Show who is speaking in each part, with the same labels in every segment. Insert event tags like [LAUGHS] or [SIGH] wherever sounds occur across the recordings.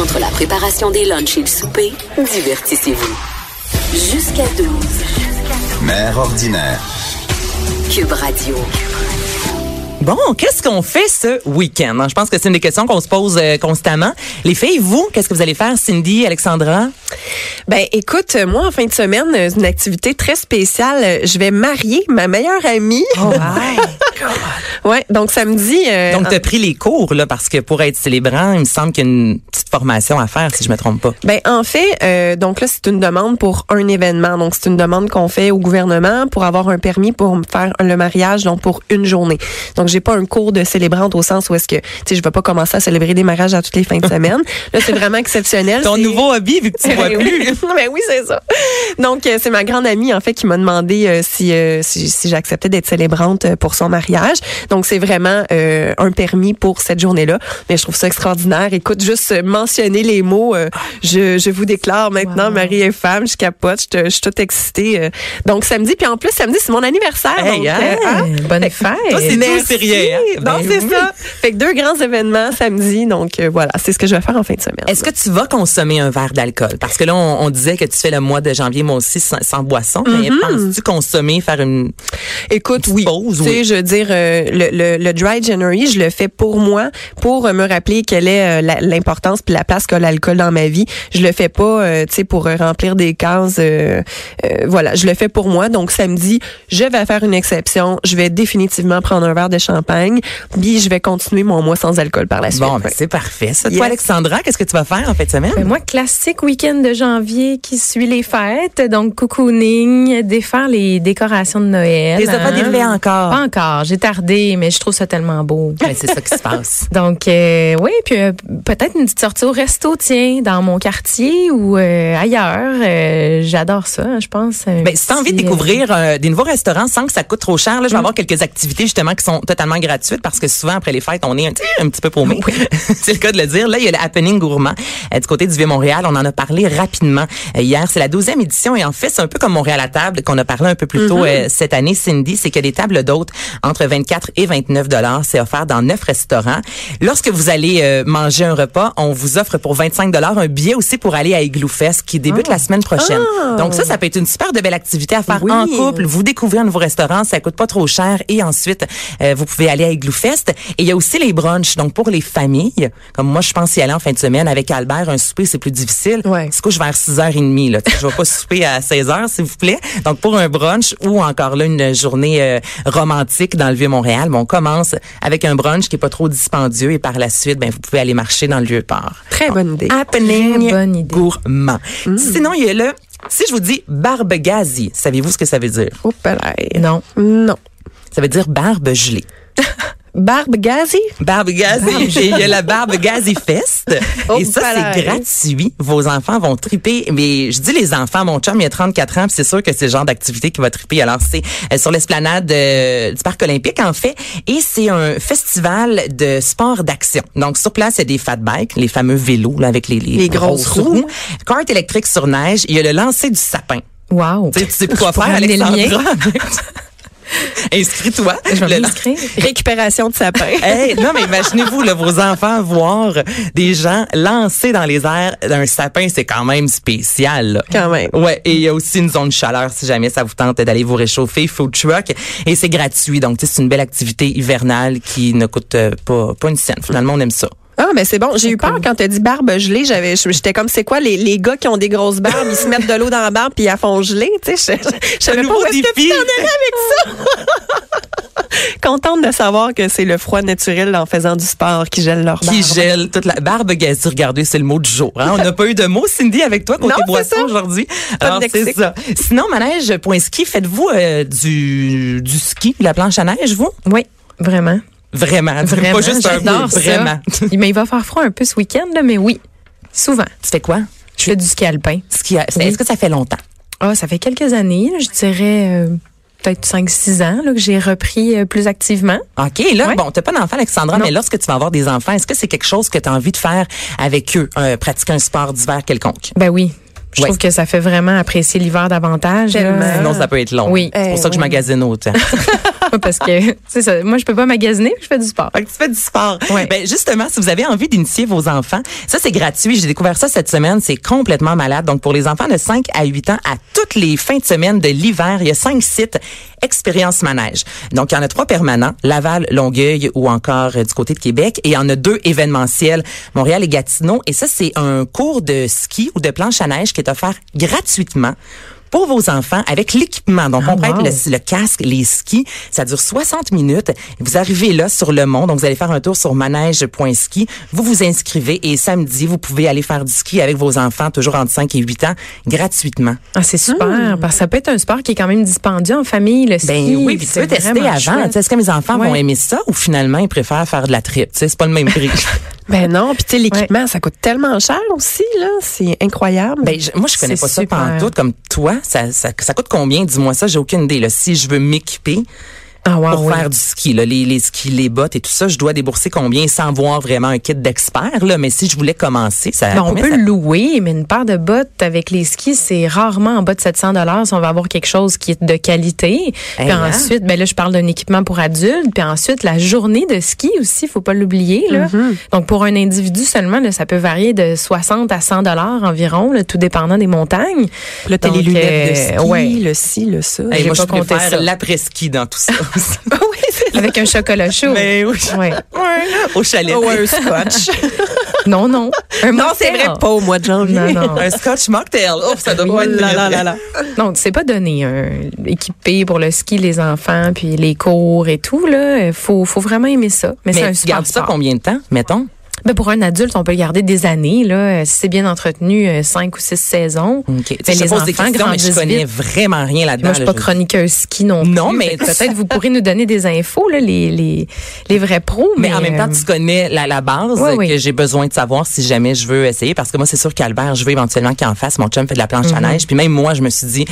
Speaker 1: Entre la préparation des lunchs et le souper, divertissez-vous. Jusqu'à 12.
Speaker 2: Mère ordinaire.
Speaker 1: Cube Radio.
Speaker 3: Bon, qu'est-ce qu'on fait ce week-end? Je pense que c'est une des questions qu'on se pose euh, constamment. Les filles, vous, qu'est-ce que vous allez faire, Cindy, Alexandra?
Speaker 4: Ben écoute, euh, moi en fin de semaine, euh, une activité très spéciale. euh, Je vais marier ma meilleure amie.
Speaker 3: Oh,
Speaker 4: ouais, donc samedi.
Speaker 3: [LAUGHS]
Speaker 4: euh,
Speaker 3: Donc,
Speaker 4: en-
Speaker 3: t'as pris les cours, là, parce que pour être célébrant, il me semble qu'il y a une petite formation à faire, si je me trompe pas.
Speaker 4: ben en fait, euh, donc là c'est une demande pour un événement. Donc c'est une demande qu'on fait au gouvernement pour avoir un permis pour me faire le mariage donc pour une journée. Donc j'ai pas un cours de célébrante au sens où est-ce que tu sais je vais pas commencer à célébrer des mariages à toutes
Speaker 3: [LAUGHS]
Speaker 4: les fins de semaine. Là c'est vraiment exceptionnel.
Speaker 3: Ton
Speaker 4: C'est-
Speaker 3: nouveau hobby, vu que
Speaker 4: [LAUGHS]
Speaker 3: tu vois
Speaker 4: Ben
Speaker 3: plus.
Speaker 4: oui. Ben oui, c'est ça. Donc, euh, c'est ma grande amie, en fait, qui m'a demandé euh, si, euh, si, si j'acceptais d'être célébrante euh, pour son mariage. Donc, c'est vraiment euh, un permis pour cette journée-là. Mais je trouve ça extraordinaire. Écoute, juste euh, mentionner les mots, euh, je, je vous déclare maintenant mari et femme, je capote, je, te- je suis toute excitée. euh. Donc, samedi, puis en plus, samedi, c'est mon anniversaire.
Speaker 3: Hey,
Speaker 4: donc, euh,
Speaker 3: hein?
Speaker 4: bonne fête.
Speaker 3: Toi, c'est tout, c'est rien, hein?
Speaker 4: Non,
Speaker 3: Ben
Speaker 4: c'est
Speaker 3: oui.
Speaker 4: ça. Fait que deux grands événements samedi. Donc, euh, voilà, c'est ce que je vais faire en fin de semaine.
Speaker 3: Est-ce que tu vas consommer un verre d'alcool? Parce que là, on, on disait que tu fais le mois de janvier, moi aussi, sans, sans boisson. Mais
Speaker 4: Mm-hmm.
Speaker 3: penses-tu consommer, faire une...
Speaker 4: Écoute,
Speaker 3: Une petite
Speaker 4: oui.
Speaker 3: pause,
Speaker 4: Tu sais,
Speaker 3: oui.
Speaker 4: je veux dire, euh, le, le, le Dry January, je le fais pour moi, pour euh, me rappeler quelle est euh, la- l'importance puis la place qu'a l'alcool dans ma vie. Je le fais pas, euh, tu sais, pour euh, remplir des cases. euh, euh, voilà, je le fais pour moi. Donc samedi, je vais faire une exception. Je vais définitivement prendre un verre de champagne, puis je vais continuer mon mois sans alcool par la suite.
Speaker 3: Bon, ben, c'est parfait. Ça,
Speaker 4: Yes.
Speaker 3: toi, Alexandra, qu'est-ce que tu vas faire en fin de semaine?
Speaker 5: Ben, moi, classique week-end de janvier qui suit les fêtes. Donc, cocooning, défaire les décorations de Noël.
Speaker 3: Les as pas
Speaker 5: hein.
Speaker 3: défaits encore.
Speaker 4: Ah.
Speaker 5: Pas encore. J'ai tardé, mais je trouve ça tellement beau.
Speaker 3: Ben, c'est ça qui
Speaker 4: [LAUGHS]
Speaker 3: se passe.
Speaker 5: Donc, euh, oui, puis euh, peut-être une petite sortie au resto, tiens, dans mon quartier ou euh, ailleurs. Euh, J'adore ça, hein, je pense. Un
Speaker 3: Ben, si t'as envie de
Speaker 5: petit, euh,
Speaker 3: découvrir euh, des nouveaux restaurants sans que ça coûte trop cher, là, je vais avoir quelques activités justement qui sont totalement gratuites parce que souvent après les fêtes, on est un, petit- un petit peu paumé. [LAUGHS] c'est le cas de le dire. Là, il y a le Happening Gourmand euh, du côté du Vieux-Montréal. On en a parlé rapidement euh, hier. C'est la douzième édition et en fait, c'est un peu comme Montréal à table qu'on a parlé un peu plus tôt euh, cette année, Cindy. C'est que les tables d'hôtes entre 24 et 29 dollars, c'est offert dans neuf restaurants. Lorsque vous allez euh, manger un repas, on vous offre pour 25 dollars un billet aussi pour aller à Igloo Fest qui débute
Speaker 4: Oh.
Speaker 3: la semaine prochaine. Donc ça, ça peut être une super de belle activité à faire
Speaker 4: Oui.
Speaker 3: en couple. Vous découvrez un nouveau restaurant, ça coûte pas trop cher et ensuite euh, vous pouvez aller à Igloo Fest. Et il y a aussi les brunchs. Donc pour les familles, comme moi je pense y aller en fin de semaine avec Albert, un souper c'est plus difficile.
Speaker 4: Ouais.
Speaker 3: Tu te couches vers 6h30 là, Tu sais, je vais pas [LAUGHS] souper à 16h s'il vous plaît. Donc pour un brunch ou encore là une journée euh, romantique dans le vieux Montréal, bon, on commence avec un brunch qui est pas trop dispendieux et par la suite ben vous pouvez aller marcher dans le lieu port.
Speaker 4: Très bonne idée.
Speaker 3: Ah. Happening
Speaker 5: Très bonne idée. Mm.
Speaker 3: gourmand. Sinon, il y a le, si je vous dis barbegazi, savez-vous ce que ça veut dire?
Speaker 5: Oh.
Speaker 4: Oups, là, eh.
Speaker 5: Non.
Speaker 4: Non.
Speaker 3: Ça veut dire barbe gelée.
Speaker 4: Barbe gazée?
Speaker 3: Barbe gazi. Et il y a la Barbe Gazi Fest.
Speaker 4: Oh,
Speaker 3: et ça, c'est
Speaker 4: palais.
Speaker 3: gratuit. Vos enfants vont triper. Mais je dis les enfants, mon chum, il a 34 ans, puis c'est sûr que c'est le genre d'activité qui va triper. Alors, c'est euh, sur l'esplanade euh, du Parc olympique, en fait. Et c'est un festival de sport d'action. Donc, sur place, il y a des fat bikes, les fameux vélos là, avec les,
Speaker 4: Les grosses roues.
Speaker 3: Carte électrique sur neige. Il y a le lancer du sapin.
Speaker 5: Wow.
Speaker 3: Tu sais, tu sais pourquoi
Speaker 5: Je pourrais
Speaker 3: faire,
Speaker 5: amener le
Speaker 3: Alexandra. [LAUGHS] Inscris-toi.
Speaker 5: Je vais
Speaker 3: Le-
Speaker 5: m'inscrire.
Speaker 4: Récupération de sapin.
Speaker 3: Hey, non, mais imaginez-vous, là, vos enfants voir des gens lancer dans les airs d'un sapin, c'est quand même spécial. là.
Speaker 4: Quand même.
Speaker 3: Ouais, et il y a aussi une zone de chaleur si jamais ça vous tente d'aller vous réchauffer, food truck, et c'est gratuit. Donc, tu sais, c'est une belle activité hivernale qui ne coûte euh, pas, pas une scène. Finalement, on aime ça.
Speaker 4: Ah, ben c'est bon. J'ai eu peur quand t'as dit barbe gelée. J'avais, j'étais comme, c'est quoi les, les gars qui ont des grosses barbes, ils se mettent de l'eau dans la barbe puis ils la font geler. Tu sais, je, je, je savais pas
Speaker 3: nouveau
Speaker 4: où est-ce que
Speaker 3: défi.
Speaker 4: tu t'en allais avec ça. Contente de savoir que c'est le froid naturel en faisant du sport qui gèle leur barbe.
Speaker 3: [LAUGHS] Qui gèle toute la barbe gazée. Regardez, c'est le mot du jour. hein. On n'a pas eu de mot, Cindy, avec toi côté
Speaker 4: Non, c'est
Speaker 3: boisson
Speaker 4: ça.
Speaker 3: aujourd'hui.
Speaker 4: Pas de
Speaker 3: Alors c'est
Speaker 4: lexique.
Speaker 3: ça. Sinon, manège.ski, faites-vous euh, du du ski, de la planche à neige, vous
Speaker 5: Oui, vraiment.
Speaker 3: Vraiment, tu fais
Speaker 5: Vraiment.
Speaker 3: pas juste un peu,
Speaker 5: j'adore ça.
Speaker 3: vraiment.
Speaker 5: mais il va faire froid un peu ce week-end, là, mais oui, souvent.
Speaker 3: Tu fais quoi
Speaker 5: Je fais du ski alpin.
Speaker 3: Ski à-
Speaker 5: Oui.
Speaker 3: Est-ce que ça fait longtemps
Speaker 5: Ah, ça fait quelques années, là, je dirais euh, peut-être 5-6 ans là, que j'ai repris euh, plus activement.
Speaker 3: OK, là,
Speaker 5: Ouais.
Speaker 3: bon, t'as pas d'enfant, Alexandra,
Speaker 5: Non.
Speaker 3: mais lorsque tu vas avoir des enfants, est-ce que c'est quelque chose que tu as envie de faire avec eux, euh, pratiquer un sport d'hiver quelconque?
Speaker 5: Ben oui. Je
Speaker 3: Ouais.
Speaker 5: trouve que ça fait vraiment apprécier l'hiver davantage. là.
Speaker 4: Tellement.
Speaker 3: Sinon, ça peut être long.
Speaker 5: Euh, Oui.
Speaker 3: C'est pour ça que je magasine autant.
Speaker 5: [LAUGHS] parce que c'est ça. Moi, je peux pas magasiner, je fais du sport.
Speaker 3: Fait que tu fais du sport. [LAUGHS]
Speaker 5: Ouais.
Speaker 3: Ben, justement, si vous avez envie d'initier vos enfants, ça c'est gratuit. J'ai découvert ça cette semaine. C'est complètement malade. Donc pour les enfants de 5 à 8 ans, à toutes les fins de semaine de l'hiver, il y a cinq sites expérience manège. Donc il y en a trois permanents, Laval, Longueuil ou encore euh, du côté de Québec. Et il y en a deux événementiels, Montréal et Gatineau. Et ça c'est un cours de ski ou de planche à neige qui est offert gratuitement pour vos enfants avec l'équipement. Donc, on prête
Speaker 5: wow.
Speaker 3: le le, le casque, les skis. Ça dure 60 minutes. Vous arrivez là sur le mont, donc vous allez faire un tour sur manège.ski. Vous vous inscrivez et samedi, vous pouvez aller faire du ski avec vos enfants, toujours entre 5 et 8 ans, gratuitement.
Speaker 5: Ah, c'est super. Parce que ça peut être un sport qui est quand même dispendieux en famille, le
Speaker 3: Ben
Speaker 5: ski.
Speaker 3: oui, puis tu peux tester
Speaker 5: vraiment
Speaker 3: avant.
Speaker 5: chouette.
Speaker 3: Tu sais, Est-ce que mes enfants vont
Speaker 5: Ouais.
Speaker 3: aimer ça ou finalement ils préfèrent faire de la trip? Tu sais, C'est pas le même
Speaker 5: [LAUGHS]
Speaker 3: prix.
Speaker 4: Ben non, puis tu sais, l'équipement, ça coûte tellement cher aussi, là. C'est incroyable.
Speaker 3: Ben, je- moi, je connais
Speaker 5: C'est
Speaker 3: pas ça
Speaker 5: super.
Speaker 3: pendant tout. Comme toi, ça, ça, ça coûte combien? Dis-moi ça, j'ai aucune idée. Là. Si je veux m'équiper
Speaker 5: Ah, wow,
Speaker 3: pour
Speaker 5: oui.
Speaker 3: faire du ski, là, les, les skis, les bottes et tout ça, je dois débourser combien sans voir vraiment un kit d'expert? là. Mais si je voulais commencer, ça
Speaker 5: Ben, on
Speaker 3: combien
Speaker 5: peut
Speaker 3: ça-
Speaker 5: le louer, mais une paire de bottes avec les skis, c'est rarement en bas de 700 dollars si on va avoir quelque chose qui est de qualité. puis
Speaker 3: hein?
Speaker 5: ensuite, ben là, je parle d'un équipement pour adultes. Puis ensuite, la journée de ski aussi, faut pas l'oublier. là.
Speaker 4: Mm-hmm.
Speaker 5: Donc, pour un individu seulement, là, ça peut varier de 60 à 100 dollars environ, là, tout dépendant des montagnes.
Speaker 4: là, t'as les
Speaker 5: Donc,
Speaker 4: lunettes de
Speaker 5: euh,
Speaker 4: ski,
Speaker 5: ouais.
Speaker 4: le ci, le ça.
Speaker 3: Hey,
Speaker 5: j'ai
Speaker 3: moi, je
Speaker 5: pas compté
Speaker 3: préfère
Speaker 5: ça.
Speaker 3: l'après-ski dans
Speaker 5: [LAUGHS]
Speaker 3: tout ça.
Speaker 4: [LAUGHS] oui, c'est
Speaker 5: Avec un
Speaker 4: [LAUGHS]
Speaker 5: chocolat chaud.
Speaker 3: Mais
Speaker 4: Ben
Speaker 3: oui.
Speaker 5: Ouais.
Speaker 3: Au chalet.
Speaker 4: un scotch.
Speaker 5: Non, non. Un
Speaker 4: non, c'est vrai,
Speaker 5: mocktail.
Speaker 4: pas au mois de janvier.
Speaker 5: Non, non.
Speaker 3: Un scotch mocktail. Oh, ça doit
Speaker 4: Oh
Speaker 3: pas être
Speaker 4: là là
Speaker 3: laid.
Speaker 4: là là.
Speaker 5: Non, c'est pas donné euh, équipé pour le ski, les enfants, puis les cours et tout. Là, faut, faut vraiment aimer ça. Mais, c'est
Speaker 3: Mais
Speaker 5: un
Speaker 3: tu
Speaker 5: super
Speaker 3: gardes ça
Speaker 5: sport.
Speaker 3: combien de temps, mettons?
Speaker 5: Ben, pour un adulte, on peut le garder des années là, euh, si c'est bien entretenu, euh, cinq ou six saisons.
Speaker 3: Ok. Tu sais,
Speaker 5: Mais
Speaker 3: je
Speaker 5: les
Speaker 3: pose des questions,
Speaker 5: enfants
Speaker 3: mais je
Speaker 5: grandissent
Speaker 3: connais
Speaker 5: vite.
Speaker 3: vraiment rien
Speaker 5: Puis
Speaker 3: là-dedans.
Speaker 5: Moi, je suis
Speaker 3: là,
Speaker 5: pas chroniqueuse ski non plus.
Speaker 3: Non, mais-
Speaker 5: Fait que peut-être vous pourrez nous donner des infos là, les, les les vrais pros. Mais, euh,
Speaker 3: Mais en même temps,
Speaker 4: euh,
Speaker 3: tu connais la, la base
Speaker 5: Oui, oui.
Speaker 3: que j'ai besoin de savoir si jamais je veux essayer. Parce que moi, c'est sûr qu'Albert, je veux éventuellement qu'il en fasse. Mon chum fait de la planche
Speaker 4: Mhm.
Speaker 3: à neige. Puis même moi, je me suis dit,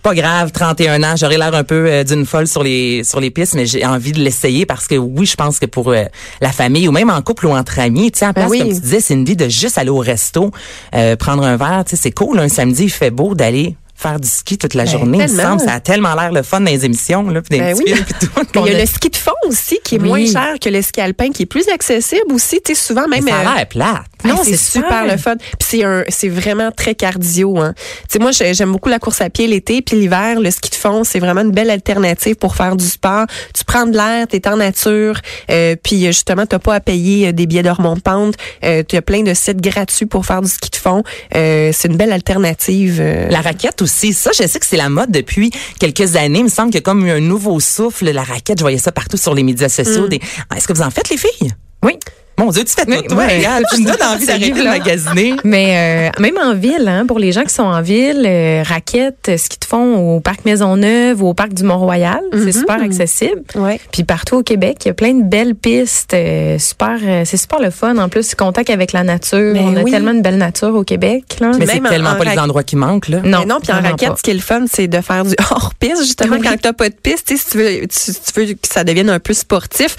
Speaker 3: pas grave, 31 ans, j'aurais l'air un peu euh, d'une folle sur les sur les pistes, mais j'ai envie de l'essayer parce que oui, je pense que pour euh, la famille ou même en couple ou entre amis, tu sais, à place,
Speaker 4: Ben oui.
Speaker 3: comme tu disais, c'est une vie de juste aller au resto, euh, prendre un verre. Tu sais, c'est cool. Un samedi, il fait beau d'aller faire du ski toute la journée. Il me
Speaker 4: Ben, tellement.
Speaker 3: semble, ça a tellement l'air le fun dans les émissions, là, puis dans les
Speaker 4: Ben oui.
Speaker 3: petits films, puis tout.
Speaker 4: Mais Il y
Speaker 3: On
Speaker 4: a
Speaker 3: a-
Speaker 4: le ski de fond aussi qui est
Speaker 5: Oui.
Speaker 4: moins cher que le ski alpin qui est plus accessible aussi. Tu sais, souvent même.
Speaker 3: Ça
Speaker 4: euh,
Speaker 3: a l'air plate.
Speaker 4: Non,
Speaker 5: Ah,
Speaker 4: c'est
Speaker 5: c'est
Speaker 4: super
Speaker 5: super.
Speaker 4: le fun. Puis c'est un, c'est vraiment très cardio. Hein. Tu sais, moi, j'ai- j'aime beaucoup la course à pied l'été, puis l'hiver, le ski de fond, c'est vraiment une belle alternative pour faire du sport. Tu prends de l'air, t'es en nature, euh, puis euh, justement, t'as pas à payer euh, des billets de remontante. Euh, t'as plein de sites gratuits pour faire du ski de fond. Euh, c'est une belle alternative. euh.
Speaker 3: La raquette aussi, ça, je sais que c'est la mode depuis quelques années. Il me semble qu'il y a comme eu un nouveau souffle. La raquette, je voyais ça partout sur les médias sociaux.
Speaker 4: Mm.
Speaker 3: Des... Ah, Est-ce que vous en faites, les filles?
Speaker 5: oui.
Speaker 3: Mon Dieu, tu fais tout.
Speaker 5: Oui,
Speaker 3: toi,
Speaker 5: ouais.
Speaker 3: regarde, tu me
Speaker 4: [LAUGHS]
Speaker 3: donnes envie d'arrêter de
Speaker 5: là.
Speaker 3: magasiner.
Speaker 5: Mais euh, même en ville, hein, pour les gens qui sont en ville, euh, raquettes, euh, ce qu'ils te font au parc Maisonneuve ou au parc du Mont-Royal,
Speaker 3: Mhm.
Speaker 5: c'est super accessible.
Speaker 4: Ouais.
Speaker 5: Puis partout au Québec, il y a plein de belles pistes, euh, super, euh, c'est super le fun. En plus, contact avec la nature,
Speaker 4: Mais
Speaker 5: on a
Speaker 4: Ben oui.
Speaker 5: tellement de belle nature au Québec. Là.
Speaker 3: Mais
Speaker 4: Même
Speaker 3: c'est
Speaker 4: en-
Speaker 3: tellement
Speaker 4: en
Speaker 3: pas les
Speaker 4: raquette. Mm.
Speaker 3: endroits qui manquent, là.
Speaker 5: Non,
Speaker 4: Mais non, puis en
Speaker 5: vraiment
Speaker 4: raquette,
Speaker 5: pas.
Speaker 4: ce qui est le fun, c'est de faire du [LAUGHS] hors-piste, justement,
Speaker 5: Oui.
Speaker 4: quand t'as pas de piste. tu sais, Si tu veux, tu, tu veux que ça devienne un peu sportif,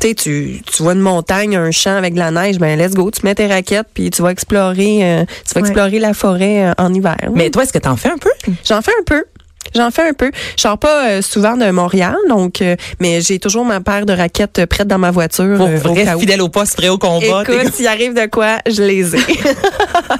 Speaker 4: tu sais, tu, tu vois une montagne, un champ avec de la neige, ben let's go, tu mets tes raquettes, puis tu vas explorer, euh, tu vas
Speaker 5: Ouais.
Speaker 4: explorer la forêt euh, en hiver.
Speaker 3: Mais toi, est-ce que t'en fais un peu?
Speaker 4: J'en fais un peu. J'en fais un peu. Je sors pas euh, souvent de Montréal, donc, euh, mais j'ai toujours ma paire de raquettes euh, prête dans ma voiture.
Speaker 3: Pour
Speaker 4: euh, au
Speaker 3: vrai,
Speaker 4: cas où.
Speaker 3: fidèle au poste, prêt au combat. t'es
Speaker 4: Écoute, s'il arrive de quoi, je les ai.
Speaker 5: [LAUGHS]
Speaker 3: comme,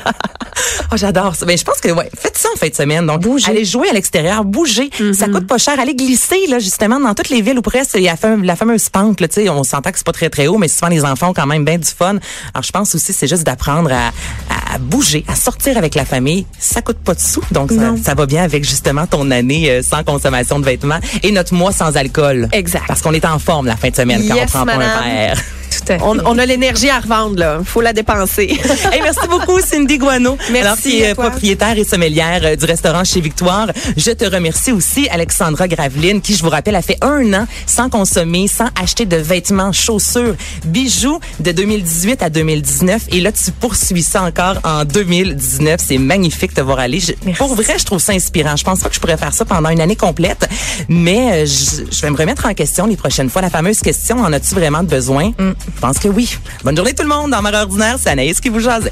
Speaker 3: Oh, j'adore ça. Mais je pense que, ouais, faites ça en fin de semaine. Donc,
Speaker 5: Bougez.
Speaker 3: allez jouer à l'extérieur, bouger.
Speaker 4: Mm-hmm.
Speaker 3: Ça coûte pas cher. Allez glisser, là, justement, dans toutes les villes ou presque. Il y a la fame- la fameuse pente, là, tu sais, on s'entend que c'est pas très, très haut, mais souvent les enfants ont quand même bien du fun. Alors, je pense aussi, c'est juste d'apprendre à, à- à bouger, à sortir avec la famille. Ça coûte pas de sous. Donc, ça, ça va bien avec, justement, ton année euh, sans consommation de vêtements et notre mois sans alcool.
Speaker 4: Exact.
Speaker 3: Parce qu'on est en forme la fin de semaine quand
Speaker 4: Yes,
Speaker 3: on prend pas
Speaker 4: madame.
Speaker 3: un verre. [LAUGHS]
Speaker 5: Tout à fait.
Speaker 4: On, on a l'énergie à revendre, là. Faut la dépenser.
Speaker 3: Hey, merci beaucoup, Cindy Guano.
Speaker 4: Merci
Speaker 3: Alors, qui euh,
Speaker 4: à
Speaker 3: est
Speaker 4: toi.
Speaker 3: propriétaire et sommelière euh, du restaurant chez Victoire. Je te remercie aussi, Alexandra Graveline, qui, je vous rappelle, a fait un an sans consommer, sans acheter de vêtements, chaussures, bijoux de 2018 à 2019. Et là, tu poursuis ça encore en 2019. C'est magnifique de te voir aller. Je-
Speaker 5: Merci.
Speaker 3: pour vrai, je trouve ça inspirant. Je pense pas que je pourrais faire ça pendant une année complète, mais euh, je, je vais me remettre en question les prochaines fois. La fameuse question, en as-tu vraiment besoin? Je pense que oui. Bonne journée tout le monde. Dans Mère ordinaire, c'est Anaïs qui vous jasait.